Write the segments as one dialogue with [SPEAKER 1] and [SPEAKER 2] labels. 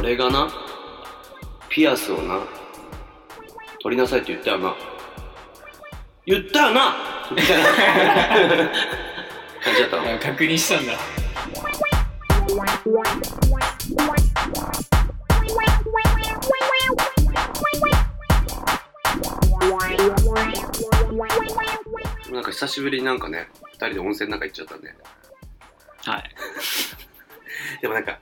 [SPEAKER 1] 俺がなピアスをな取りなさいって言ったよな言ったよなみたいな感じだったの
[SPEAKER 2] あ確認したんだ
[SPEAKER 1] なんか久しぶりになんかね2人で温泉なんか行っちゃったんで
[SPEAKER 2] はい
[SPEAKER 1] でもなんか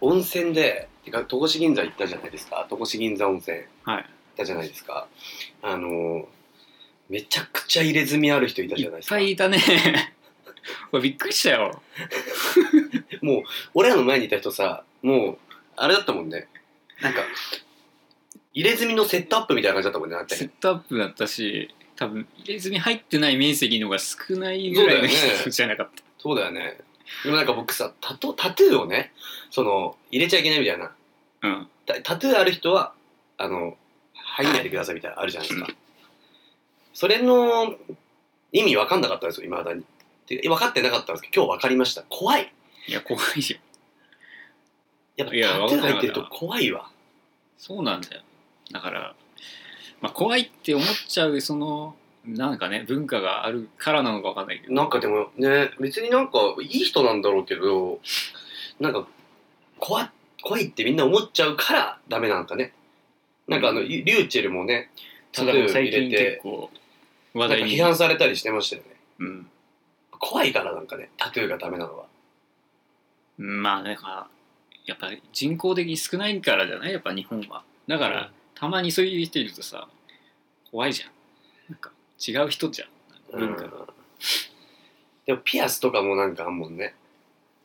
[SPEAKER 1] 温泉でてか戸越銀座行ったじゃないですか戸越銀座温泉行
[SPEAKER 2] はい
[SPEAKER 1] ったじゃないですかあのーめちゃくちゃ入れ墨ある人いたじ
[SPEAKER 2] い
[SPEAKER 1] ゃ
[SPEAKER 2] っ
[SPEAKER 1] ないですか
[SPEAKER 2] ぱいいたね これびっくりしたよ
[SPEAKER 1] もう俺らの前にいた人さもうあれだったもんねなんか入れ墨のセットアップみたいな感じだったもんねだって
[SPEAKER 2] セットアップだったし多分入れずに入ってない面積の方が少ないぐらいの
[SPEAKER 1] そうだよね
[SPEAKER 2] 人じゃなかった、
[SPEAKER 1] そうだよねでもなんか僕さタトタトゥーをねその入れちゃいけないみたいな
[SPEAKER 2] うん
[SPEAKER 1] タタトゥーある人はあの入んないでくださいみたいなのあるじゃないですかそれの意味分かんなかったんですよいまだにて分かってなかったんですけど今日分かりました怖い
[SPEAKER 2] いや怖いよ
[SPEAKER 1] やっぱ
[SPEAKER 2] いや
[SPEAKER 1] タトゥー入ってると
[SPEAKER 2] 分か
[SPEAKER 1] 怖いわ
[SPEAKER 2] そうなんだよだから、まあ、怖いって思っちゃうそのなんかね文化があるからなのかわかんないけど
[SPEAKER 1] なんかでもね別になんかいい人なんだろうけどなんか怖い怖いってみんな思っちゃうからダメなんかねなんかあのリューチェルもねタ
[SPEAKER 2] た
[SPEAKER 1] トゥー
[SPEAKER 2] だ
[SPEAKER 1] 入
[SPEAKER 2] 最
[SPEAKER 1] れ
[SPEAKER 2] 近結
[SPEAKER 1] て
[SPEAKER 2] 構
[SPEAKER 1] な
[SPEAKER 2] 話
[SPEAKER 1] んか
[SPEAKER 2] 題に
[SPEAKER 1] 批判されたりしてましたよね
[SPEAKER 2] うん
[SPEAKER 1] 怖いからなんかねタトゥーがダメなのは
[SPEAKER 2] まあなんかやっぱり人口的に少ないからじゃないやっぱ日本はだから、
[SPEAKER 1] うん
[SPEAKER 2] たまにそういう人いるとさ怖いじゃんなんか違う人じゃん文化が、
[SPEAKER 1] うんでもピアスとかもなんかあんもんね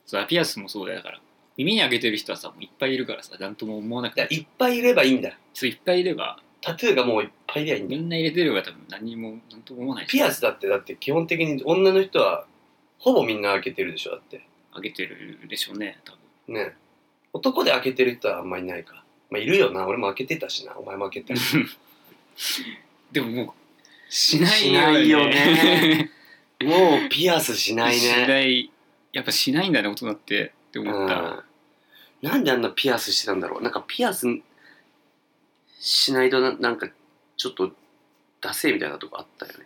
[SPEAKER 2] そうピアスもそうだよだから耳にあげてる人はさもういっぱいいるからさなんとも思わなく
[SPEAKER 1] だか
[SPEAKER 2] て
[SPEAKER 1] らいっぱいいればいいんだ
[SPEAKER 2] そういっぱいいれば
[SPEAKER 1] タトゥーがもういっぱいいればいいんだ
[SPEAKER 2] みんな入れてれば多分何もなんとも思わない
[SPEAKER 1] ピアスだってだって基本的に女の人はほぼみんな開けてるでしょだって
[SPEAKER 2] あげてるでしょうね多分
[SPEAKER 1] ね男で開けてる人はあんまりいないかまあいるよな俺も開けてたしなお前も開けてたし
[SPEAKER 2] でももうしな い
[SPEAKER 1] しないよ ねもうピアスしないね
[SPEAKER 2] しないやっぱしないんだね大人ってって思った、
[SPEAKER 1] うん、なんであんなピアスしてたんだろうなんかピアスしないとななんかちょっとダセえみたいなとこあったよね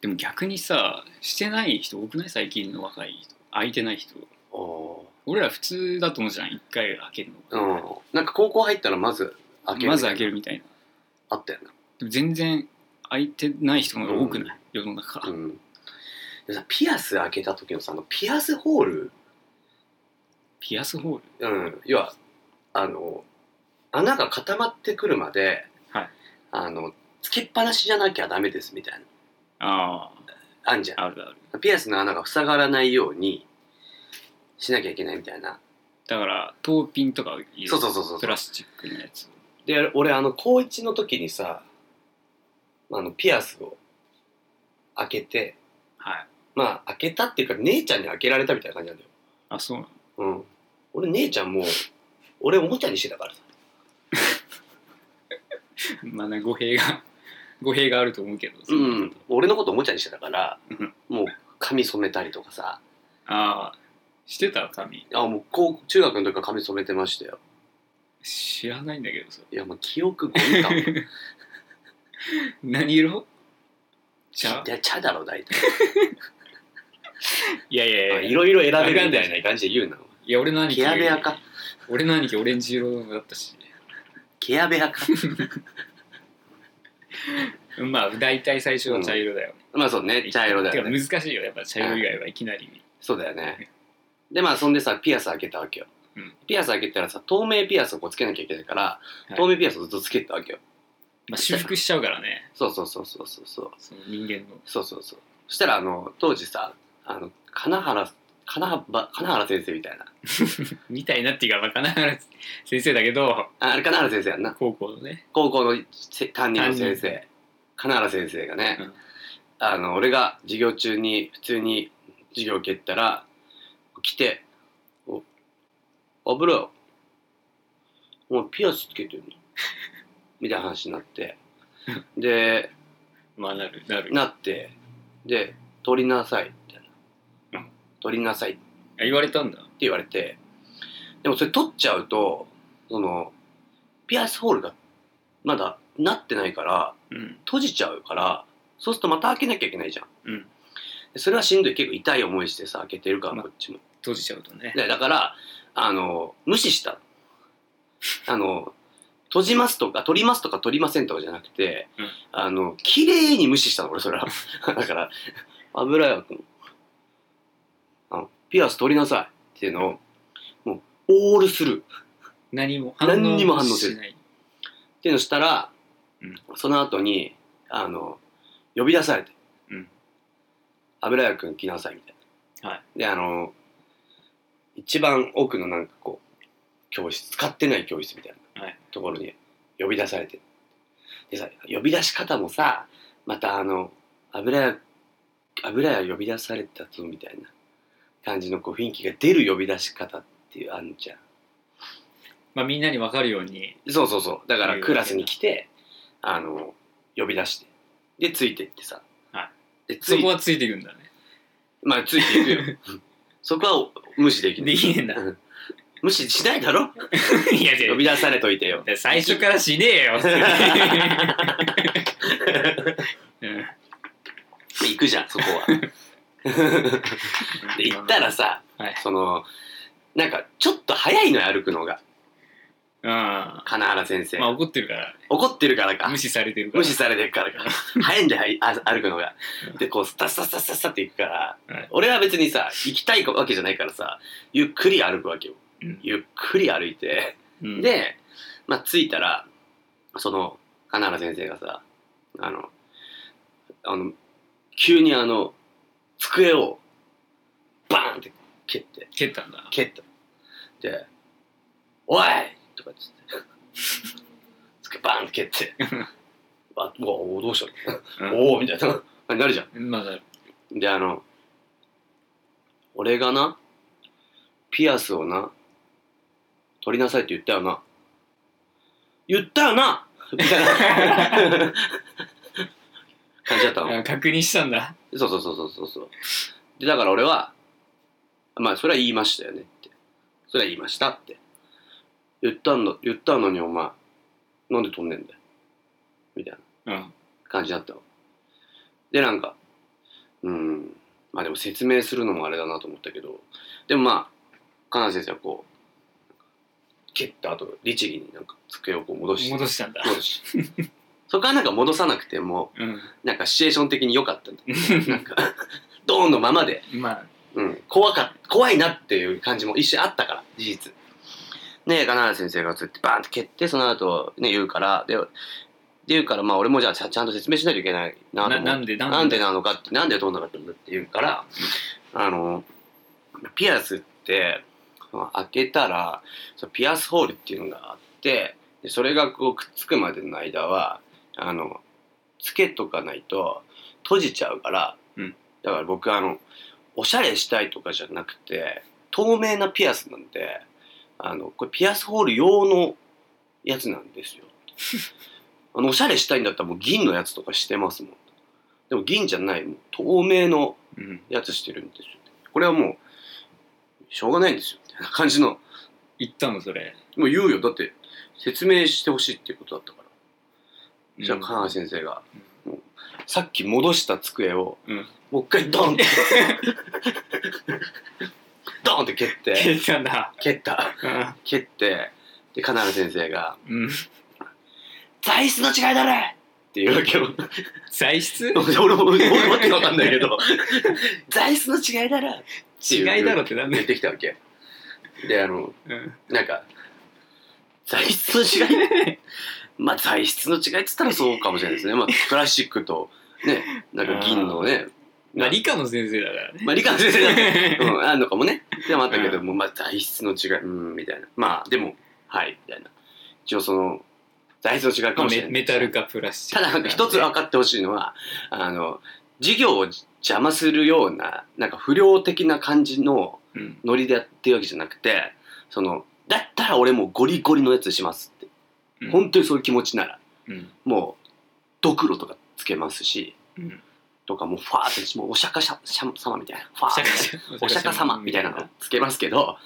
[SPEAKER 2] でも逆にさしてない人多くない最近の若い人空いてない人
[SPEAKER 1] お
[SPEAKER 2] 俺ら普通だと思うじゃん一回開ける
[SPEAKER 1] う
[SPEAKER 2] のが、
[SPEAKER 1] んなんか高校入ったらまず開ける
[SPEAKER 2] まず開け
[SPEAKER 1] る
[SPEAKER 2] るみたいな
[SPEAKER 1] あったよな
[SPEAKER 2] でも全然開いてない人の方が多くない、世の中、
[SPEAKER 1] うんでもさピアス開けた時のさあのピアスホール
[SPEAKER 2] ピアスホール
[SPEAKER 1] うん要はあの穴が固まってくるまで、
[SPEAKER 2] はい
[SPEAKER 1] あのつけっぱなしじゃなきゃダメですみたいな
[SPEAKER 2] あ
[SPEAKER 1] あんじゃん
[SPEAKER 2] ああるある
[SPEAKER 1] ピアスの穴が塞がらないようにしなきゃいけないみたいな
[SPEAKER 2] だから頭ピンとかい
[SPEAKER 1] そうそうそうそう
[SPEAKER 2] プラスチックのやつ
[SPEAKER 1] で俺あの高1の時にさあのピアスを開けて
[SPEAKER 2] はい
[SPEAKER 1] まあ開けたっていうか姉ちゃんに開けられたみたいな感じなんだよ
[SPEAKER 2] あそうなの
[SPEAKER 1] うん俺姉ちゃんも俺おもちゃにしてたからさ
[SPEAKER 2] まあね語弊が 語弊があると思うけど
[SPEAKER 1] うん俺のことおもちゃにしてたから
[SPEAKER 2] うん
[SPEAKER 1] もう髪染めたりとかさ
[SPEAKER 2] ああしてた髪
[SPEAKER 1] あもう高中学の時から髪染めてましたよ
[SPEAKER 2] 知らないんだけどさ
[SPEAKER 1] いやもう記憶ゴミかも い
[SPEAKER 2] 何色茶
[SPEAKER 1] や茶だろ大体
[SPEAKER 2] いやいやい
[SPEAKER 1] まあ
[SPEAKER 2] や
[SPEAKER 1] いろいろ選べるみたいな感じで言うない
[SPEAKER 2] や俺の兄貴
[SPEAKER 1] 毛屋部屋か
[SPEAKER 2] 俺の兄貴オレンジ色だったし
[SPEAKER 1] 毛屋部屋 か
[SPEAKER 2] まあ大体最初は茶色だよ、
[SPEAKER 1] まあそうね茶色だよね
[SPEAKER 2] てか難しいよやっぱ茶色以外はいきなり
[SPEAKER 1] そうだよね。でまあそんでさピアス開けたわけよ。
[SPEAKER 2] うん
[SPEAKER 1] ピアス開けたらさ透明ピアスをこうつけなきゃいけないから、
[SPEAKER 2] い
[SPEAKER 1] 透明ピアスをずっとつけてたわけよ。
[SPEAKER 2] まあ、修復しちゃうか らね
[SPEAKER 1] そうそうそうそうそうそう
[SPEAKER 2] その人間の
[SPEAKER 1] そうそうそう。そしたらあの当時さあの金原金原金原先生みたいな
[SPEAKER 2] みたいなっていうか、まあ、金原先生だけど
[SPEAKER 1] ああれ金原先生やんな
[SPEAKER 2] 高校のね
[SPEAKER 1] 高校のせ担任の先
[SPEAKER 2] 担
[SPEAKER 1] 生金原先生がね、
[SPEAKER 2] うん
[SPEAKER 1] あの俺が授業中に普通に授業受けたら来て「お油お前ピアスつけてん の?」みたいな話になってで
[SPEAKER 2] まあなるなる
[SPEAKER 1] なってで「取りなさい」みたいな
[SPEAKER 2] うん
[SPEAKER 1] 「取りなさい」って
[SPEAKER 2] あ言われたんだ
[SPEAKER 1] 言われて、でもそれ取っちゃうと、その、ピアスホールがまだなってないから、
[SPEAKER 2] うん
[SPEAKER 1] 閉じちゃうから、そうするとまた開けなきゃいけないじゃん。
[SPEAKER 2] うん
[SPEAKER 1] でそれはしんどい。結構痛い思いしてさ、開けてるから、
[SPEAKER 2] ま
[SPEAKER 1] こっちも。
[SPEAKER 2] 閉じちゃうとね
[SPEAKER 1] でだからあの無視したあの閉じますとか取りますとか取りませんとかじゃなくて、
[SPEAKER 2] うん
[SPEAKER 1] あの綺麗に無視したの俺それは だから油屋君あのピアス取りなさいっていうのをもうオールする
[SPEAKER 2] 何も
[SPEAKER 1] 何にも反応せず
[SPEAKER 2] しない
[SPEAKER 1] っていうのをしたら、
[SPEAKER 2] うん
[SPEAKER 1] その後にあの呼び出されて
[SPEAKER 2] うん
[SPEAKER 1] 油屋君来なさいみたいな、
[SPEAKER 2] はい
[SPEAKER 1] であの一番奥のなんかこう教室使ってない教室みたいな
[SPEAKER 2] はい
[SPEAKER 1] ところに呼び出されてでさ呼び出し方もさまたあの油屋油屋呼び出されたぞみたいな感じのこう雰囲気が出る呼び出し方っていうあんじゃん
[SPEAKER 2] まあみんなに分かるように
[SPEAKER 1] そうそうそうだから
[SPEAKER 2] いう
[SPEAKER 1] クラスに来てあの呼び出してでついてってさ、
[SPEAKER 2] は
[SPEAKER 1] でつ
[SPEAKER 2] そ
[SPEAKER 1] い
[SPEAKER 2] こはついていくんだね
[SPEAKER 1] まあついていく よそこはお無視できない
[SPEAKER 2] できねえんだ
[SPEAKER 1] うん無視しないだろ
[SPEAKER 2] いやい
[SPEAKER 1] 呼び出されといてよ
[SPEAKER 2] や最初からしねえよ うん
[SPEAKER 1] 行くじゃんそこ はで行ったらさ、
[SPEAKER 2] はい
[SPEAKER 1] そのなんかちょっと早いのよ歩くのが
[SPEAKER 2] あ
[SPEAKER 1] 金原先生、
[SPEAKER 2] まあ怒ってるから
[SPEAKER 1] 怒ってるからか
[SPEAKER 2] 無視されてるから
[SPEAKER 1] 無視されてるからか早いんだよはいあ歩くのがでこうスタスタスタスタスタって行くから、
[SPEAKER 2] はい
[SPEAKER 1] 俺は別にさ行きたいわけじゃないからさゆっくり歩くわけよ
[SPEAKER 2] うん
[SPEAKER 1] ゆっくり歩いて、
[SPEAKER 2] うん
[SPEAKER 1] で、まあ、着いたらその金原先生がさあのあの急にあの机をバーンって蹴って
[SPEAKER 2] 蹴ったんだ
[SPEAKER 1] 蹴ったで「おい!」とかっつって机バーンって蹴ってあうわおどうした
[SPEAKER 2] うん
[SPEAKER 1] おおみたいな感じになるじゃ
[SPEAKER 2] まあ
[SPEAKER 1] ん。であの俺がなピアスをな取りなさいって言ったよな言ったよなみたいな感じだったの。
[SPEAKER 2] あ確認したんだ
[SPEAKER 1] そうそうそうそうそうそう。でだから俺はまあそれは言いましたよねってそれは言いましたって言ったんだ言ったのにお前なんで取んねんだよみたいな。
[SPEAKER 2] うん
[SPEAKER 1] 感じだったのでなんかうんまあでも説明するのもあれだなと思ったけどでもまあカナ先生はこう蹴った後律儀になんか机をこう戻して
[SPEAKER 2] 戻したんだ
[SPEAKER 1] 戻しそこはなんか戻さなくても
[SPEAKER 2] うん
[SPEAKER 1] なんかシチュエーション的に良かったんだなんかドーンのままで、
[SPEAKER 2] まあ
[SPEAKER 1] うん、怖か怖いなっていう感じも一瞬あったから事実ねえ金原先生がつってバーンって蹴ってその後ね言うからでで言うからまあ俺もじゃあちゃちゃんと説明しないといけないなと思
[SPEAKER 2] な
[SPEAKER 1] って
[SPEAKER 2] なんでなんで
[SPEAKER 1] なんでなのかってなんでどうなかったんだって言うからあのピアスってまあ開けたらそのピアスホールっていうのがあってでそれがこうくっつくまでの間はあのつけとかないと閉じちゃうから、
[SPEAKER 2] うん
[SPEAKER 1] だから僕あのおしゃれしたいとかじゃなくて透明なピアスなんであのこれピアスホール用のやつなんです よあのおしゃれしたいんだったらもう銀のやつとかしてますもんでも銀じゃないもう透明の
[SPEAKER 2] うん
[SPEAKER 1] やつしてるんですよこれはもうしょうがないんですよみたいな感じの
[SPEAKER 2] 言ったのそれ
[SPEAKER 1] もう言うよだって説明してほしいっていうことだったから、じゃあ
[SPEAKER 2] うん
[SPEAKER 1] 金橋先生が、もうさっき戻した机を、
[SPEAKER 2] うん
[SPEAKER 1] もう一回ドンってドンって蹴って
[SPEAKER 2] 蹴ったんだ
[SPEAKER 1] 蹴った蹴ってで金原先生が
[SPEAKER 2] うん
[SPEAKER 1] 「材質の違いだね!」っていうわけよ
[SPEAKER 2] 材質
[SPEAKER 1] 俺も俺もわけわかんないけ ど「材質の違いだろ!」て
[SPEAKER 2] 違
[SPEAKER 1] いう
[SPEAKER 2] いだろってなんだ
[SPEAKER 1] 出
[SPEAKER 2] よ
[SPEAKER 1] てきたわけであの
[SPEAKER 2] うん
[SPEAKER 1] なんか材質の違い まあ材質の違いっつったらそうかもしれないですねまあプラスチックとねなんか銀のね
[SPEAKER 2] まあ理科の先生だからね
[SPEAKER 1] まあ理科の先生だ って、うん、あんのかもねでもあったけど、もうまあ材質の違いうんみたいなまあでもはいみたいな一応その材質の違いか
[SPEAKER 2] まあ
[SPEAKER 1] もしれ
[SPEAKER 2] メ
[SPEAKER 1] ない
[SPEAKER 2] メタルかプラスチッ
[SPEAKER 1] た
[SPEAKER 2] ク
[SPEAKER 1] だなんか一つ分かってほしいのはあの授業を邪魔するようななんか不良的な感じの
[SPEAKER 2] うん
[SPEAKER 1] ノリでやってるわけじゃなくてそのだったら俺もうゴリゴリのやつしますって、
[SPEAKER 2] うん
[SPEAKER 1] 本当にそういう気持ちなら
[SPEAKER 2] うん
[SPEAKER 1] もうドクロとかつけますし
[SPEAKER 2] うん
[SPEAKER 1] ととかもファーってもうお釈迦しゃしゃ様みたいなファ
[SPEAKER 2] お釈
[SPEAKER 1] ーってお釈迦様みたいなのをつけますけど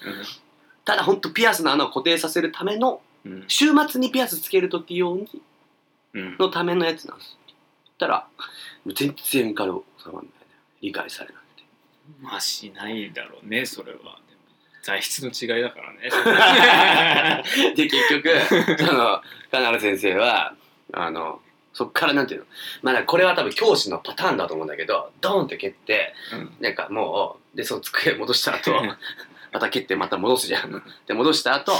[SPEAKER 1] ただ本当ピアスの穴を固定させるための
[SPEAKER 2] うん
[SPEAKER 1] 週末にピアスつける時用に
[SPEAKER 2] うん
[SPEAKER 1] のためのやつなんですたらもう全然彼を収まんないね理解されなくて
[SPEAKER 2] まあしないだろうねそれはでも材質の違いだからね
[SPEAKER 1] で結局その金原先生はあのそっからなんていうのまあだからこれは多分教師のパターンだと思うんだけどドーンって蹴って
[SPEAKER 2] うん
[SPEAKER 1] なんかもうでその机戻した後また蹴ってまた戻すじゃんで戻した後、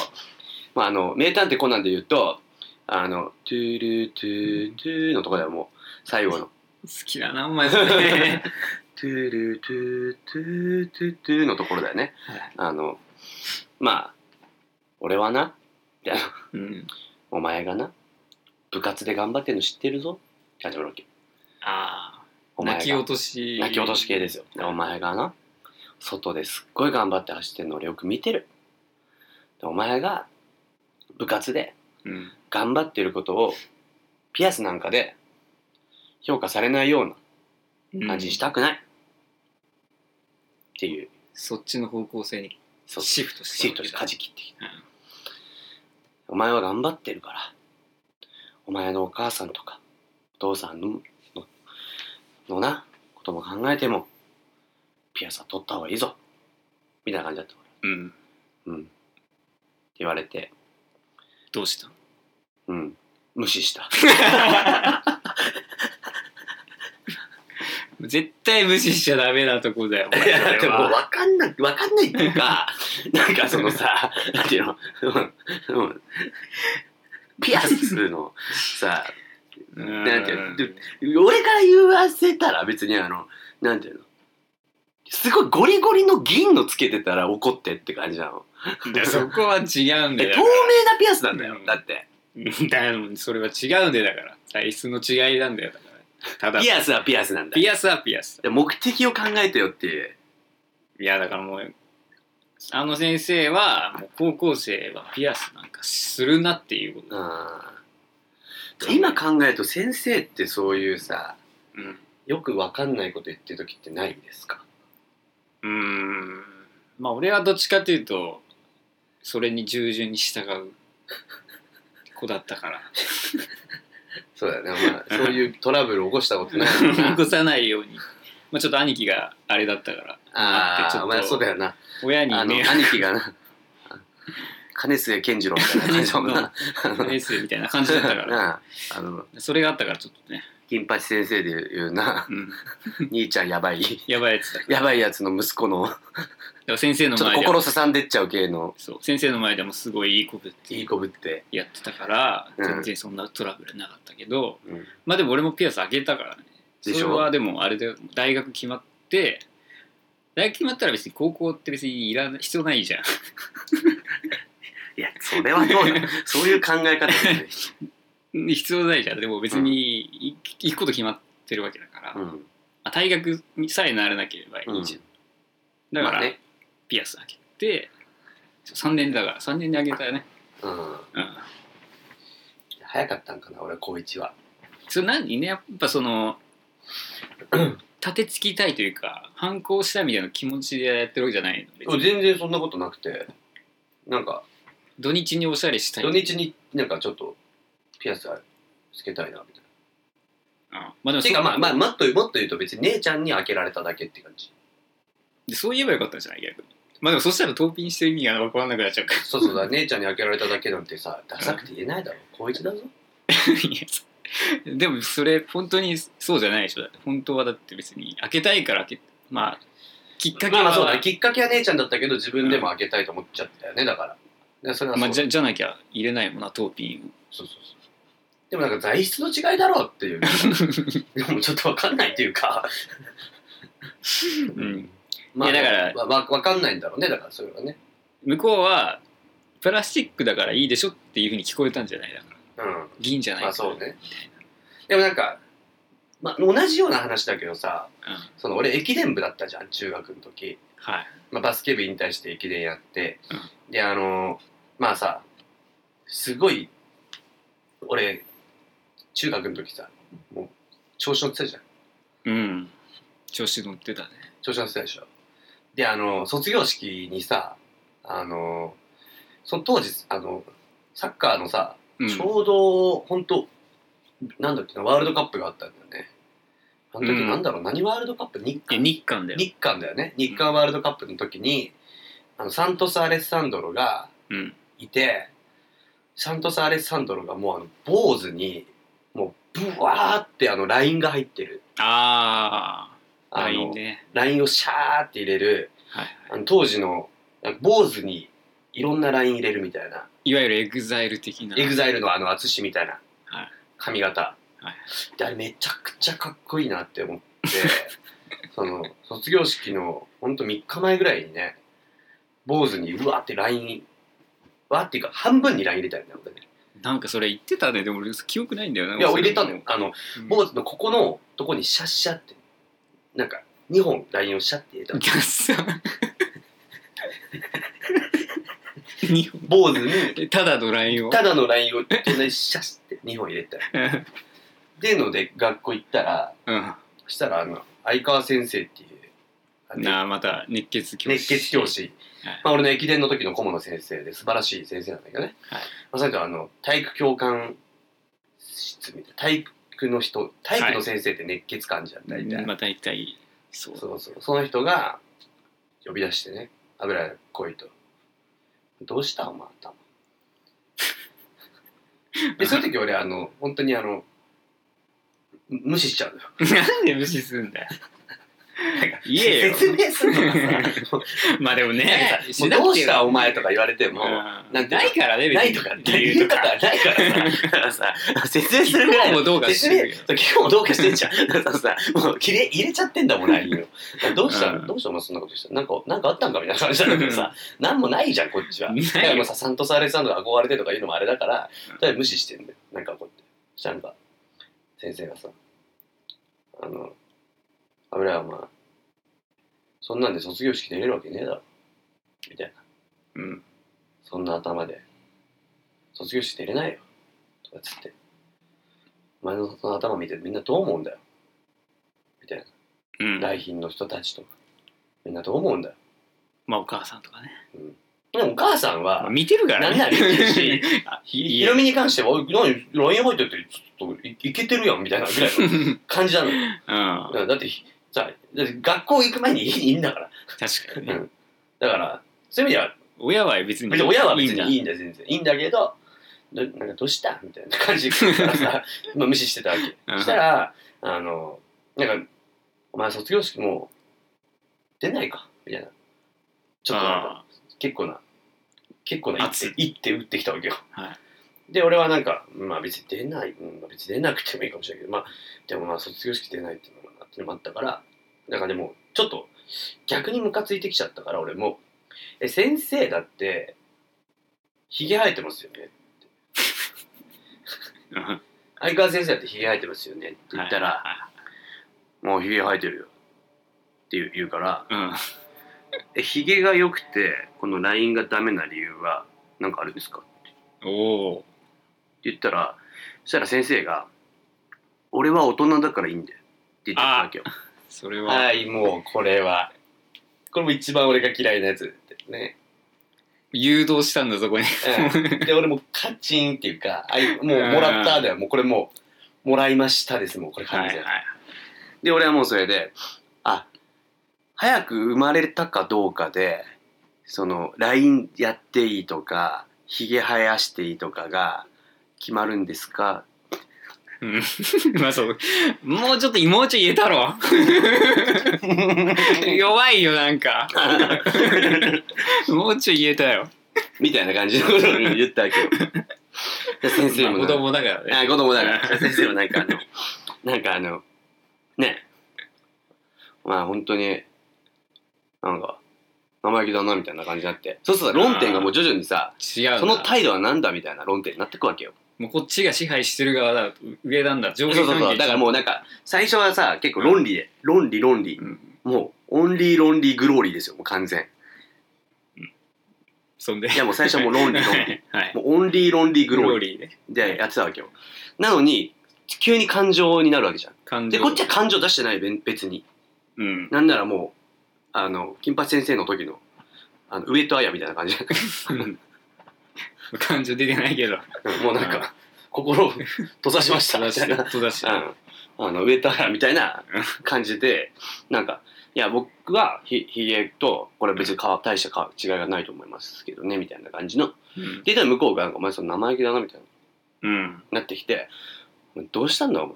[SPEAKER 1] まああの名探偵コナンで言うとあのトゥルトゥトゥのところではもう最後の
[SPEAKER 2] 好きだなお前そ れ
[SPEAKER 1] トゥルトゥトゥトゥトゥのところだよね
[SPEAKER 2] はい
[SPEAKER 1] あのまあ俺はな
[SPEAKER 2] うん
[SPEAKER 1] お前がな部活で頑張ってるの知ってるぞって始まるわけ
[SPEAKER 2] ああ
[SPEAKER 1] お前が
[SPEAKER 2] 泣き落とし
[SPEAKER 1] 泣き落とし系ですよでお前がな外ですっごい頑張って走ってるの俺よく見てるでお前が部活で
[SPEAKER 2] うん
[SPEAKER 1] 頑張ってることをピアスなんかで評価されないような感じにしたくない、っていう
[SPEAKER 2] そっちの方向性に
[SPEAKER 1] そう
[SPEAKER 2] シフトして
[SPEAKER 1] シートで舵切ってきて、お前は頑張ってるからお前のお母さんとかお父さんのののなことも考えてもピアスは取った方がいいぞみたいな感じだった
[SPEAKER 2] うん
[SPEAKER 1] うんって言われて
[SPEAKER 2] ど うしたの
[SPEAKER 1] うん無視した
[SPEAKER 2] 絶対無視しちゃダメなとこだよお前
[SPEAKER 1] い や
[SPEAKER 2] そ
[SPEAKER 1] で
[SPEAKER 2] れ
[SPEAKER 1] も
[SPEAKER 2] は
[SPEAKER 1] 分かんない分かんないっていうか なんかその さなんていうのうんうんピアスのさ
[SPEAKER 2] うん
[SPEAKER 1] なんていう俺から言わせたら別にあのなんていうのすごいゴリゴリの銀のつけてたら怒ってって感じなの
[SPEAKER 2] いやそこは違うんだ
[SPEAKER 1] え
[SPEAKER 2] よ
[SPEAKER 1] 透明なピアスなんだよ、
[SPEAKER 2] うん
[SPEAKER 1] だって
[SPEAKER 2] だよそれは違うんでだから体質の違いなんだよだからただ
[SPEAKER 1] ピアスはピアスなんだよ
[SPEAKER 2] ピアスはピアス
[SPEAKER 1] で目的を考えてよっていう
[SPEAKER 2] いやだからもうあの先生はもう高校生はピアスなんかするなっていうこと、
[SPEAKER 1] うん今考えると先生ってそういうさ
[SPEAKER 2] うん
[SPEAKER 1] よくわかんないこと言ってる時ってないんですか
[SPEAKER 2] うーんまあ俺はどっちかというとそれに従順に従う子だっ たから
[SPEAKER 1] そうだよね、まあ、 そういうトラブル起こしたことないもん
[SPEAKER 2] 起
[SPEAKER 1] な
[SPEAKER 2] こさないように、まあ、ちょっと兄貴があれだったから
[SPEAKER 1] あ
[SPEAKER 2] ち
[SPEAKER 1] あ
[SPEAKER 2] ょっと
[SPEAKER 1] お前そうだよな
[SPEAKER 2] 親に
[SPEAKER 1] あの
[SPEAKER 2] ね
[SPEAKER 1] 兄貴が な金末健次郎みたいな感じだもんな
[SPEAKER 2] エースみたいな感じだったから
[SPEAKER 1] なああの
[SPEAKER 2] それがあったからちょっとね、
[SPEAKER 1] 金八先生で言うな
[SPEAKER 2] うん、
[SPEAKER 1] 兄ちゃんやばい
[SPEAKER 2] やばいやつだから
[SPEAKER 1] やばいやつの息子の
[SPEAKER 2] だから先生の
[SPEAKER 1] ちょっと
[SPEAKER 2] 前では
[SPEAKER 1] 心すさんでっちゃう系の
[SPEAKER 2] そう先生の前でもすごいいい子ぶって
[SPEAKER 1] いい子ぶって、
[SPEAKER 2] やってたから
[SPEAKER 1] うん
[SPEAKER 2] 全然そんなトラブルなかったけど、
[SPEAKER 1] うん
[SPEAKER 2] まあでも俺もピアス開けたからねそ
[SPEAKER 1] で
[SPEAKER 2] れ
[SPEAKER 1] しょ
[SPEAKER 2] はでもあれで大学決まって大学決まったら別に高校って別にいらない必要ないじゃん
[SPEAKER 1] いやそれはどうだ そういう考え方だよね、
[SPEAKER 2] 必要ないじゃんで も別にい行くこと決まってるわけだから、
[SPEAKER 1] う
[SPEAKER 2] ま
[SPEAKER 1] ん、
[SPEAKER 2] あ、大学にさえならなければいいじゃん、だから、
[SPEAKER 1] まあね、
[SPEAKER 2] ピアス開けて3年だから3年に開けたよね
[SPEAKER 1] うん、
[SPEAKER 2] うん
[SPEAKER 1] 早かったんかな俺高一は
[SPEAKER 2] それ何ねやっぱその立てつきたいというか反抗したいみたいな気持ちでやってるわけじゃないの別に
[SPEAKER 1] 全然そんなことなくてなんか
[SPEAKER 2] 土日におしゃれしたい
[SPEAKER 1] 土日になんかちょっとピアスつけたいなみたい
[SPEAKER 2] あま
[SPEAKER 1] な
[SPEAKER 2] あでも
[SPEAKER 1] てかまあまあ
[SPEAKER 2] ま
[SPEAKER 1] もっともっと言うと別に姉ちゃんに開けられただけって感じ
[SPEAKER 2] そう言えばよかったんじゃない逆にまあでもそしたら盗品してる意味が分からなくなっちゃうから
[SPEAKER 1] そうそうだ姉ちゃんに開けられただけなんてさダサくて言えないだろ高一だぞ
[SPEAKER 2] いやそうでもそれ本当にそうじゃないでしょだって本当はだって別に開けたいから開けまあきっかけ
[SPEAKER 1] まあま
[SPEAKER 2] は、ま
[SPEAKER 1] あ
[SPEAKER 2] あ
[SPEAKER 1] そうだねきっかけは姉ちゃんだったけど自分でも開けたいと思っちゃったよねだからでそれはそう,、
[SPEAKER 2] じゃじゃなきゃ入れないもんな盗品
[SPEAKER 1] そうそうそうでもなんか材質の違いだろうっていうでもちょっとわかんないっていうか
[SPEAKER 2] を、うん、
[SPEAKER 1] まあ
[SPEAKER 2] いやだか
[SPEAKER 1] わ
[SPEAKER 2] ら
[SPEAKER 1] わわかんないんだろうねだからそれはね
[SPEAKER 2] 向こうはプラスチックだからいいでしょっていうふうに聞こえたんじゃないだから
[SPEAKER 1] うん
[SPEAKER 2] 銀じゃない
[SPEAKER 1] ま
[SPEAKER 2] か
[SPEAKER 1] あ
[SPEAKER 2] ら
[SPEAKER 1] そうねでもなんか、まあ、同じような話だけどさ
[SPEAKER 2] うん
[SPEAKER 1] その俺駅伝部だったじゃん中学の時、
[SPEAKER 2] はい。
[SPEAKER 1] まあ、バスケ部に対して駅伝やって、であのまあさすごい俺中学の時さもう調子乗ってたじゃん
[SPEAKER 2] うん。調子乗ってたね
[SPEAKER 1] 調子乗ってたでしょであの卒業式にさあのその当時あのサッカーのさ、
[SPEAKER 2] うん
[SPEAKER 1] ちょうど本当なんだっけなワールドカップがあったんだよねあの時
[SPEAKER 2] うん
[SPEAKER 1] なんだろう、何ワールドカップ日
[SPEAKER 2] いや
[SPEAKER 1] 韓
[SPEAKER 2] 日韓だよ、
[SPEAKER 1] 日韓だよね日韓ワールドカップの時にあのサントス・アレッサンドロが
[SPEAKER 2] うん、
[SPEAKER 1] いてサントス・アレッサンドロがもうあの坊主にもうブワーってあのラインが入ってる
[SPEAKER 2] ああ
[SPEAKER 1] あ
[SPEAKER 2] ライン
[SPEAKER 1] の
[SPEAKER 2] ね
[SPEAKER 1] ラインをシャーって入れる
[SPEAKER 2] はいは
[SPEAKER 1] あの当時のなんか坊主にいろんなライン入れるみたいない
[SPEAKER 2] いわゆるエグザイル的な
[SPEAKER 1] エグザイルのあの淳みたいな
[SPEAKER 2] はい
[SPEAKER 1] 髪型、
[SPEAKER 2] は
[SPEAKER 1] であれめちゃくちゃかっこいいなって思って その卒業式のほんと3日前ぐらいにね坊主にうわーってラインわーっていうか半分にライン入れたんだよ俺ね
[SPEAKER 2] なんかそれ言ってたねでも俺記憶ないんだよない
[SPEAKER 1] や俺入れたのよあの
[SPEAKER 2] うん
[SPEAKER 1] 坊主のここのとこにシャッシャってなんか2本ラインをシャッて入れたの
[SPEAKER 2] 逆さ日本
[SPEAKER 1] 坊主に
[SPEAKER 2] ただのラインを
[SPEAKER 1] ただのラインをこんなにシャッって2本入れたの でので学校行ったら
[SPEAKER 2] うん
[SPEAKER 1] そしたらあの相川先生っていうあの
[SPEAKER 2] なあまた熱血教師
[SPEAKER 1] 熱血教師、
[SPEAKER 2] はい
[SPEAKER 1] まあ、俺の駅伝の時の顧問の先生で素晴らしい先生なんだけどね、
[SPEAKER 2] はい
[SPEAKER 1] まさかあの体育教官室みたいな体育の人体育の先生って熱血患者だいたい、
[SPEAKER 2] まあ大体そう
[SPEAKER 1] そうそうその人が呼び出してね油来いと「どうしたお前 頭」でそういう時俺あの本当にあのむ無視しちゃうのよ
[SPEAKER 2] なんで無視すんだよ言えよ
[SPEAKER 1] 説明するのがさ
[SPEAKER 2] まあで もね
[SPEAKER 1] もうどうしたお前とか言われて
[SPEAKER 2] うん
[SPEAKER 1] も、なんていうの
[SPEAKER 2] ないからね
[SPEAKER 1] ないとかって
[SPEAKER 2] 理
[SPEAKER 1] い
[SPEAKER 2] 由
[SPEAKER 1] う
[SPEAKER 2] と
[SPEAKER 1] と
[SPEAKER 2] か
[SPEAKER 1] かないからさ、だから さ、説明するぐらい
[SPEAKER 2] もうどうかしてるよ
[SPEAKER 1] 説明今日もどうかしてんじ ゃん。だからさ、もう切れ入れちゃってんだもん、LINE を。だからどうした、
[SPEAKER 2] うん
[SPEAKER 1] どうしたお前そんなことしたなんか、なんかあったんかみたいな感じなんだけどさ、なんもないじゃん、こっちは。だからもうさ、サントス・アレサンドが憧れてとか言うのもあれだから
[SPEAKER 2] うん、
[SPEAKER 1] ただ無視してんだよ。なんかこうやって。そしたらなんか、先生がさ、あの、危ないお前、そんなんで卒業式出れるわけねえだろ。みたいな。
[SPEAKER 2] うん
[SPEAKER 1] そんな頭で、卒業して出れないよ。とかっつって。お前のその頭見てみんなどう思うんだよ。みたい
[SPEAKER 2] うん
[SPEAKER 1] な。来賓の人たちとか。みんなどう思うんだよ。
[SPEAKER 2] まあお母さんとかね
[SPEAKER 1] でもお母さん
[SPEAKER 2] まあ
[SPEAKER 1] は、
[SPEAKER 2] 見てるか
[SPEAKER 1] な
[SPEAKER 2] ら
[SPEAKER 1] ん
[SPEAKER 2] ね
[SPEAKER 1] なら見てるし
[SPEAKER 2] あ
[SPEAKER 1] ひ
[SPEAKER 2] い
[SPEAKER 1] ろみに関しては、おい何、LINE 入ってて、ちょっといいけてるやん、みたいなぐらいの
[SPEAKER 2] うん
[SPEAKER 1] 感じなの。
[SPEAKER 2] 確
[SPEAKER 1] だって、さ、だって学校行く前に家にいんだから。
[SPEAKER 2] かに
[SPEAKER 1] う
[SPEAKER 2] ね
[SPEAKER 1] んだから、そういう意味では、
[SPEAKER 2] 親は別に
[SPEAKER 1] 別に親は別
[SPEAKER 2] いいんだ
[SPEAKER 1] にいいんだよ全然いいんだけどどなんかどうしたみたいな感じで来るから さまあ無視してたわけ
[SPEAKER 2] うん
[SPEAKER 1] そしたらあのなんか「お前卒業式もう出ないか」みたいなちょっとなんか
[SPEAKER 2] あ
[SPEAKER 1] 結構な結構な
[SPEAKER 2] 圧
[SPEAKER 1] 一手一手打ってきたわけよ、
[SPEAKER 2] は
[SPEAKER 1] で俺はなんかまあ別に出ない、うんまあ、別に出なくてもいいかもしれないけどまあでもまあ卒業式出ないっていうのもなっていうのもあったからなんかでもちょっと逆にムカついてきちゃったから俺も「え先生だってひげ生えてますよね
[SPEAKER 2] あうん
[SPEAKER 1] 相川先生だってひげ生えてますよね」って言ったら「もうひげ生えてるよ」って言う言うから
[SPEAKER 2] うん
[SPEAKER 1] 「えひげが良くてこのラインがダメな理由は何かあるんですか?」
[SPEAKER 2] おお
[SPEAKER 1] って言ったらそしたら先生が「俺は大人だからいいんだよ」って言っちゃったわけよ
[SPEAKER 2] それは
[SPEAKER 1] はいもうこれはこれも一番俺が嫌いなやつですね、
[SPEAKER 2] 誘導したんだそこに
[SPEAKER 1] うん、で俺もうカチンっていうかあいもうもらっただよもうこれもうもらいましたですもうこれ完全、
[SPEAKER 2] はい
[SPEAKER 1] で俺はもうそれであ早く生まれたかどうかでその LINE やっていいとかひげ生やしていいとかが決まるんです か
[SPEAKER 2] うんまあそうもうちょっともうちょい言えたろ弱いよなんかもうちょい言えたよ
[SPEAKER 1] みたいな感じのことを言ったわ けよ。で先生も
[SPEAKER 2] まあ
[SPEAKER 1] な
[SPEAKER 2] 子供だからね
[SPEAKER 1] あ、子供だから。先生もなんかあの、 なんかあの、ね、まあ本当に、なんか、生意気だなみたいな感じになって。そうすると論点がもう徐々にさ、
[SPEAKER 2] 違う
[SPEAKER 1] その
[SPEAKER 2] な
[SPEAKER 1] 態度はなんだみたいな論点になってくわけよ。
[SPEAKER 2] もうこっちが支配してる側だ上なんだ上
[SPEAKER 1] そうそ
[SPEAKER 2] 下
[SPEAKER 1] う
[SPEAKER 2] 関
[SPEAKER 1] そ
[SPEAKER 2] 係
[SPEAKER 1] う。だからもうなんか、最初はさ、結構論理で、論理論理
[SPEAKER 2] う。ん
[SPEAKER 1] もう、オンリー論理グローリーですよ、もう完全。
[SPEAKER 2] そんで
[SPEAKER 1] いやもう最初はもう論理論理。
[SPEAKER 2] はい
[SPEAKER 1] もうオンリー論理グ
[SPEAKER 2] グ
[SPEAKER 1] ロー
[SPEAKER 2] ロ
[SPEAKER 1] リー。
[SPEAKER 2] ーリーね
[SPEAKER 1] でやってたわけよなのに急に感情になるわけじゃん
[SPEAKER 2] 感情
[SPEAKER 1] でこっちは感情出してないべ別に
[SPEAKER 2] うん。
[SPEAKER 1] なんならもう、あの、金八先生の時の、あの、上戸彩みたいな感じ。
[SPEAKER 2] 感情出てないけど。
[SPEAKER 1] もうなんか、心を閉ざしました
[SPEAKER 2] 戸
[SPEAKER 1] みたいな。
[SPEAKER 2] 田市。
[SPEAKER 1] うんあの、上戸彩みたいな感じで、なんか、いや、僕はひ、ひげと、これは別に変わ大した変わ違いがないと思いますけどね、みたいな感じの。
[SPEAKER 2] うん
[SPEAKER 1] で、で向こうが、なんかお前その生意気だな、みたいな、
[SPEAKER 2] うん。
[SPEAKER 1] なってきて、お前どうしたんだ、お前。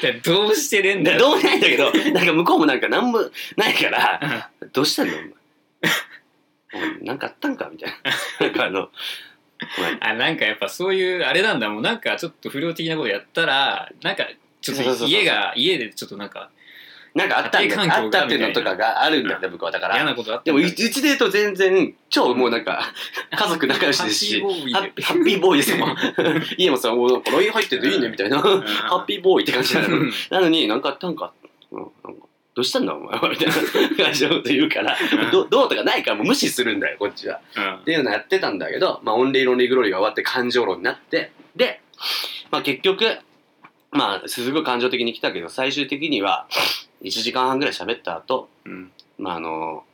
[SPEAKER 2] でどうしてねんだ
[SPEAKER 1] で
[SPEAKER 2] よ。
[SPEAKER 1] どうもないんだけど、なんか向こうもなんか何もないから、どうしたんだお前。お前、なんかあったんかみたいな。なんかあの、お前、
[SPEAKER 2] あなんかやっぱそういうあれなんだもうなんかちょっと不良的なことやったらなんかちょっ
[SPEAKER 1] そうそうそ
[SPEAKER 2] と
[SPEAKER 1] うそう
[SPEAKER 2] 家が家でちょっとなんか
[SPEAKER 1] なんかあったん
[SPEAKER 2] 家
[SPEAKER 1] だ
[SPEAKER 2] 庭環境が
[SPEAKER 1] あったっていうのとかがあるんだよね、僕は。だか
[SPEAKER 2] 嫌
[SPEAKER 1] ら。
[SPEAKER 2] なことあって
[SPEAKER 1] でも、うちうちで言うと全然、超もう なんか、家族仲良しですし、ハッピーハッピーボーイですもん。 家もさ、もうなんか LINE 入ってていいねみたいな。ハッ
[SPEAKER 2] ピ
[SPEAKER 1] ピーボーイって感じなの。
[SPEAKER 2] ー
[SPEAKER 1] なのになんかあったんか、うんなんかどうしたんだお前はみたいな感じのこと言うから、どどうとかないからもう無視するんだよ、こっちは。っていうのやってたんだけど、まあ、オンリーロンリーグローリーが終わって感情論になって、で、まあ、結局、まあ、すごい感情的に来たけど、最終的には、1時間半ぐらい喋った後、
[SPEAKER 2] うん
[SPEAKER 1] まあ、あの、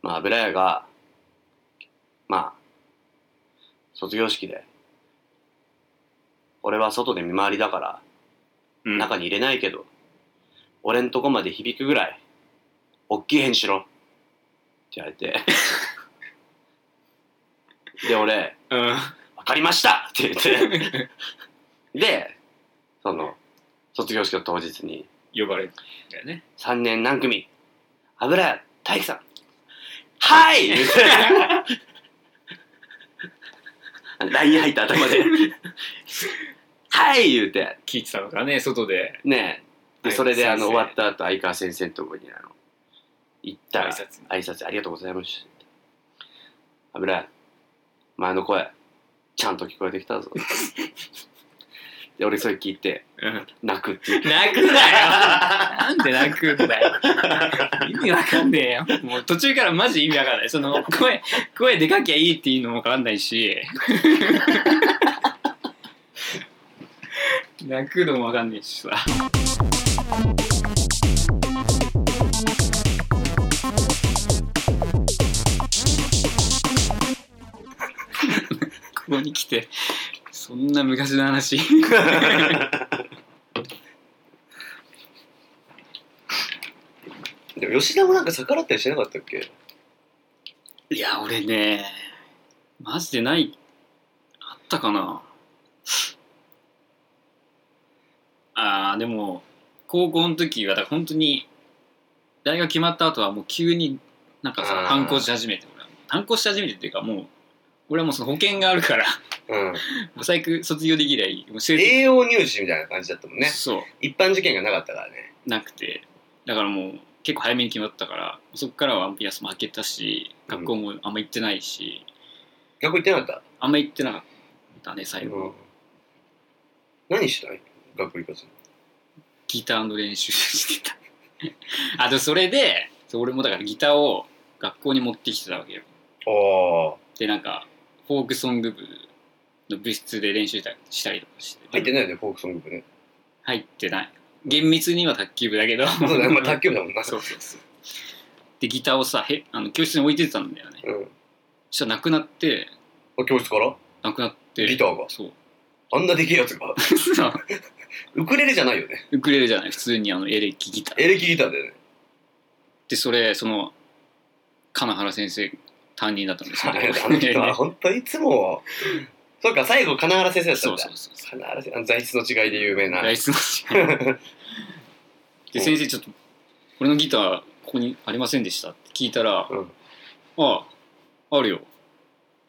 [SPEAKER 1] まあ、油屋が、まあ、卒業式で、俺は外で見回りだから、
[SPEAKER 2] うん
[SPEAKER 1] 中に入れないけど、俺んとこまで響くぐらい、おっきい変しろ。って言われて。 で、俺、
[SPEAKER 2] うん
[SPEAKER 1] わかりましたって言って。で、その、卒業式の当日に、
[SPEAKER 2] 呼ばれるんだよね
[SPEAKER 1] 3年何組、油屋大樹さん。はい 言ってあの !LINE 入った頭で。はい言うて。
[SPEAKER 2] 聞いてたのかね外で
[SPEAKER 1] ねえで
[SPEAKER 2] はい
[SPEAKER 1] それであ
[SPEAKER 2] 先
[SPEAKER 1] の
[SPEAKER 2] 生
[SPEAKER 1] 終わった後相川先生のところにあの行った
[SPEAKER 2] 挨
[SPEAKER 1] ら
[SPEAKER 2] 拶
[SPEAKER 1] 挨拶ありがとうございました油絵お前の声ちゃんと聞こえてきた ぞで俺それ聞いて
[SPEAKER 2] うん
[SPEAKER 1] 泣くっていう
[SPEAKER 2] 泣 くなよなんで泣くんだよ意味わかんねえよもう途中からマジ意味わかんないその声声でかきゃいいっていうのもわかんない し泣くのもわかんないし さここに来てそんな昔の話
[SPEAKER 1] でも吉田もなんか逆らったりしてなかったっけ
[SPEAKER 2] いや、俺ね、マジでない、あったかな。あー、でも、高校の時は、だから本当に、大学決まった後はもう急になんか
[SPEAKER 1] あ
[SPEAKER 2] さ
[SPEAKER 1] ー、
[SPEAKER 2] 反抗し始めて、俺は反抗し始めてっていうか、もう、俺はもうその保険があるから、
[SPEAKER 1] うん
[SPEAKER 2] もう最悪卒業できりゃいい。もう成績
[SPEAKER 1] 栄養入試みたいな感じだったもんね
[SPEAKER 2] そ
[SPEAKER 1] 一般受験がなかったからね
[SPEAKER 2] う、なくて。だからもう、結構早めに決まったから、そっからはピアスも開けたし、学校もあんま行ってないし、
[SPEAKER 1] 学校行ってなかった、
[SPEAKER 2] あんま行ってなかったね、最後。
[SPEAKER 1] 何してない学校行かず
[SPEAKER 2] ギターの練習してた あとそれでそう俺もだからギターを学校に持ってきてたわけよ
[SPEAKER 1] ああ
[SPEAKER 2] でなんかフォークソング部の部室で練習したしたりとかして
[SPEAKER 1] 入ってないよねフォークソング部ね
[SPEAKER 2] 入ってない厳密には卓球部だけど
[SPEAKER 1] そうだよ、まあ、卓球部だもんな。
[SPEAKER 2] そうそうそうでギターをさへあの教室に置いてたんだよね
[SPEAKER 1] うん。
[SPEAKER 2] そしたらなくなって
[SPEAKER 1] あ、教室から
[SPEAKER 2] なくなって
[SPEAKER 1] ギターが。
[SPEAKER 2] そう
[SPEAKER 1] あんなでけえやつが。
[SPEAKER 2] そう
[SPEAKER 1] ウクレレじゃないよね。
[SPEAKER 2] ウクレレじゃない普通にあのエレキギター
[SPEAKER 1] エレキギターだよ ね。
[SPEAKER 2] でそれその金原先生担任だったんですけど
[SPEAKER 1] あの人は本当いつも。そうか、最後、金原先生だった
[SPEAKER 2] そ
[SPEAKER 1] ん
[SPEAKER 2] う
[SPEAKER 1] だ
[SPEAKER 2] そう。そうそう
[SPEAKER 1] 金原先生、あの材質の違いで有名な。
[SPEAKER 2] ライスの違いで先生ちょっと「俺のギターここにありませんでした」って聞いたら「
[SPEAKER 1] うん
[SPEAKER 2] あああるよ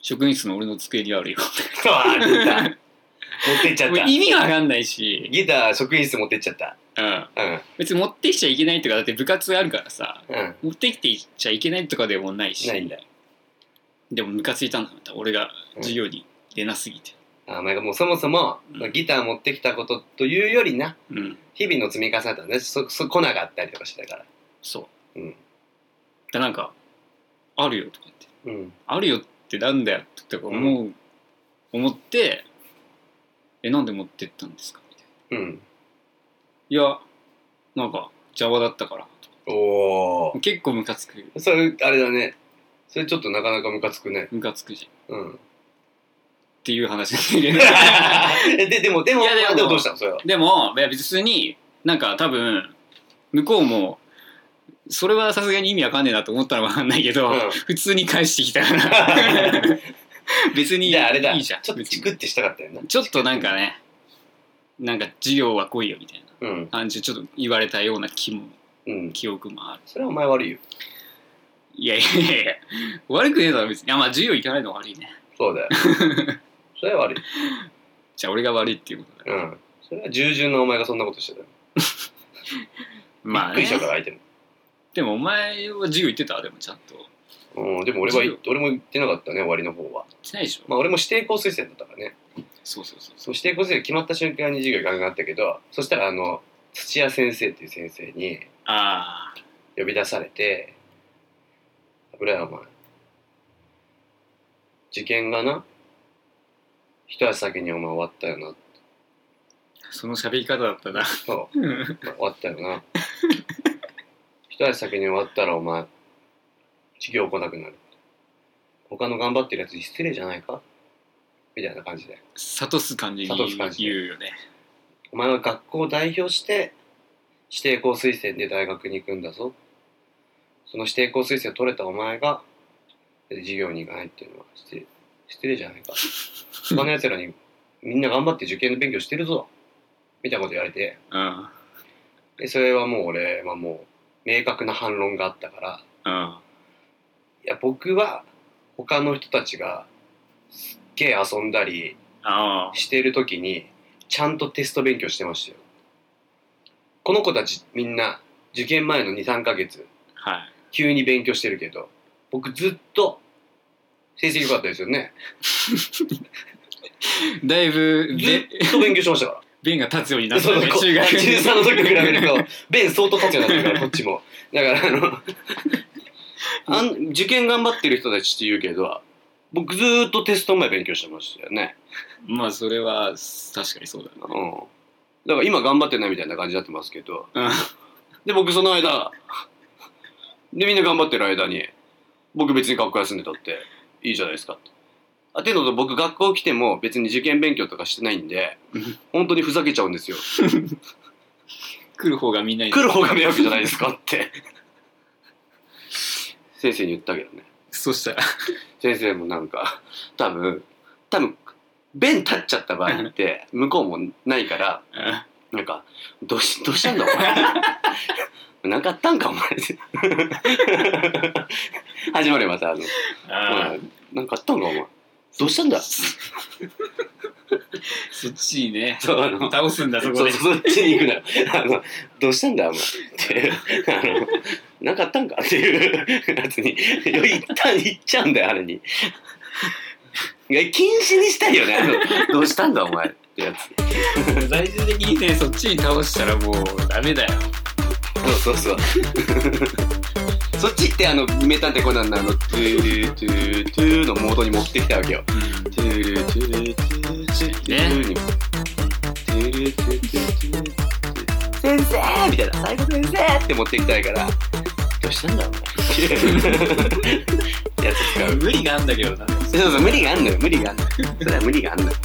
[SPEAKER 2] 職員室の俺の机にあるよ
[SPEAKER 1] そう、あギター。持ってっ」ちゃっ
[SPEAKER 2] もう
[SPEAKER 1] た。
[SPEAKER 2] 意味わかんないし、
[SPEAKER 1] ギター、職員室持ってっちゃった。
[SPEAKER 2] うん、
[SPEAKER 1] うん。
[SPEAKER 2] 別に持ってきちゃいけないとかだって部活あるからさ
[SPEAKER 1] うん。
[SPEAKER 2] 持ってきていっちゃいけないとかでもないし
[SPEAKER 1] ないんだ。
[SPEAKER 2] でもムカついたんだ俺が授業に出なすぎて、
[SPEAKER 1] あ、まあ、もうそもそも
[SPEAKER 2] うん、
[SPEAKER 1] ギター持ってきたことというよりな、
[SPEAKER 2] うん、
[SPEAKER 1] 日々の積み重ねだったね。そ、そ、来なかったりとかしてたから。
[SPEAKER 2] そう、
[SPEAKER 1] うん
[SPEAKER 2] でなんか「あるよ」とか言って。
[SPEAKER 1] うん。
[SPEAKER 2] あるよってなんだよって思う、思って「えなんで持ってったんですか?」みたい
[SPEAKER 1] う
[SPEAKER 2] な
[SPEAKER 1] ん。
[SPEAKER 2] 「いやなんか邪魔だったから
[SPEAKER 1] おお
[SPEAKER 2] 結構ムカつく
[SPEAKER 1] それあれだねそれちょっとなかなかムカつくね
[SPEAKER 2] ムカつくし
[SPEAKER 1] うん
[SPEAKER 2] っていう話ですけど
[SPEAKER 1] え ででもでも
[SPEAKER 2] いやでも
[SPEAKER 1] でもどうしたのそれは
[SPEAKER 2] でもいや別になんか多分向こうもそれはさすがに意味わかんねえなと思ったのはわかんないけど、
[SPEAKER 1] うん
[SPEAKER 2] 普通に返してきたから 別にいい
[SPEAKER 1] じゃああれだ
[SPEAKER 2] じゃん
[SPEAKER 1] ちょっと
[SPEAKER 2] 別
[SPEAKER 1] チ
[SPEAKER 2] に
[SPEAKER 1] クってしたかったよな
[SPEAKER 2] ちょっとなんかねなんか授業は来いよみたいな
[SPEAKER 1] うん
[SPEAKER 2] 感じでちょっと言われたような気も
[SPEAKER 1] うん
[SPEAKER 2] 記憶もある
[SPEAKER 1] それはお前悪いよ
[SPEAKER 2] いやいやいやいや悪くねえだろ別にあまあ授業行かないのは悪いね
[SPEAKER 1] そう だよそれは悪い
[SPEAKER 2] じゃあ俺が悪いっていうことだね
[SPEAKER 1] うんそれは従順なお前がそんなことしてたよ
[SPEAKER 2] ま
[SPEAKER 1] び
[SPEAKER 2] あ
[SPEAKER 1] っくり
[SPEAKER 2] ね
[SPEAKER 1] したから相手も
[SPEAKER 2] でもお前は授業行ってたでもちゃんと行っ
[SPEAKER 1] うん、でも俺は俺も言ってなかったね終わりの方は、
[SPEAKER 2] てないでしょ、
[SPEAKER 1] まあ、俺も指定校推薦だったからね
[SPEAKER 2] そうそうそう
[SPEAKER 1] そう指定校推薦決まった瞬間に授業行かなくなったけどそしたらあの土屋先生っていう先生に
[SPEAKER 2] ああ
[SPEAKER 1] 呼び出されて「油屋お前受験がな一足先にお前終わったよな
[SPEAKER 2] その喋り方だったな
[SPEAKER 1] そう終わったよな一足先に終わったらお前授業来なくなる他の頑張ってるやつに失礼じゃないかみたいな感じで
[SPEAKER 2] 諭す感じに
[SPEAKER 1] 諭す感じで
[SPEAKER 2] 言うよね
[SPEAKER 1] お前は学校を代表して指定校推薦で大学に行くんだぞその指定校推薦を取れたお前が授業に行かないっていうのは失礼失礼じゃないか他の奴らにみんな頑張って受験の勉強してるぞみたいなこと言われて
[SPEAKER 2] うん
[SPEAKER 1] でそれはもう俺はもう明確な反論があったから
[SPEAKER 2] うん
[SPEAKER 1] いや僕は他の人たちがすっげえ遊んだり
[SPEAKER 2] ああ
[SPEAKER 1] してる時にちゃんとテスト勉強してましたよこの子たちみんな受験前の23ヶ月
[SPEAKER 2] はい
[SPEAKER 1] 急に勉強してるけど僕ずっと成績良かったですよね
[SPEAKER 2] だいぶ
[SPEAKER 1] ず
[SPEAKER 2] で
[SPEAKER 1] っと勉強しましたか
[SPEAKER 2] 弁が立つよ うにな
[SPEAKER 1] ら
[SPEAKER 2] ったね
[SPEAKER 1] こ
[SPEAKER 2] 中学
[SPEAKER 1] 13の時と比べると弁相当立つようになってるからこっちもだからあのあん受験頑張ってる人たちって言うけど僕ずっとテスト前勉強してましたよね
[SPEAKER 2] まあそれは確かにそうだな
[SPEAKER 1] うん、だから今頑張ってないみたいな感じになってますけど
[SPEAKER 2] うん
[SPEAKER 1] で僕その間でみんな頑張ってる間に僕別に学校休んでたっていいじゃないですかって。あていうのと僕学校来ても別に受験勉強とかしてないんで
[SPEAKER 2] うん
[SPEAKER 1] 本当にふざけちゃうんですよ
[SPEAKER 2] 来る方がみんなに
[SPEAKER 1] 来る方が迷惑じゃないですか って先生に言ったけどね
[SPEAKER 2] そしたら
[SPEAKER 1] 先生もなんか多分多分弁立っちゃった場合 って向こうもないから
[SPEAKER 2] うん
[SPEAKER 1] なんか、どうし、どうしたんだお前。 なかったんかお前。始まるよまたあの、
[SPEAKER 2] ああ
[SPEAKER 1] うんなんかあったんかお前。どうしたんだ。
[SPEAKER 2] そっちにね
[SPEAKER 1] そうあの
[SPEAKER 2] 倒すんだそこ
[SPEAKER 1] そ
[SPEAKER 2] で
[SPEAKER 1] うそっちに行くなよ。あのどうしたんだお前。っていうあのなかったんかっていうやつに一旦行っちゃうんだよあれに。いや禁止にしたいよね。あのどうしたんだお前ってやつ。
[SPEAKER 2] 最終的にねそっちに倒したらもうダメだよ
[SPEAKER 1] そうそう そう。そっちってあの名探偵コナンのあのトゥールートゥートゥーのモードに持ってきたわけよ。トゥールートゥールートゥートゥートゥーに。トゥールートゥートゥートゥートゥー。先生みたいな最後先生って持ってきたいから。どうしたんだろうやつ使う。
[SPEAKER 2] 無理があんだけどな
[SPEAKER 1] そうそう無理があんのよ無理があんのよ。それは無理があんのよ。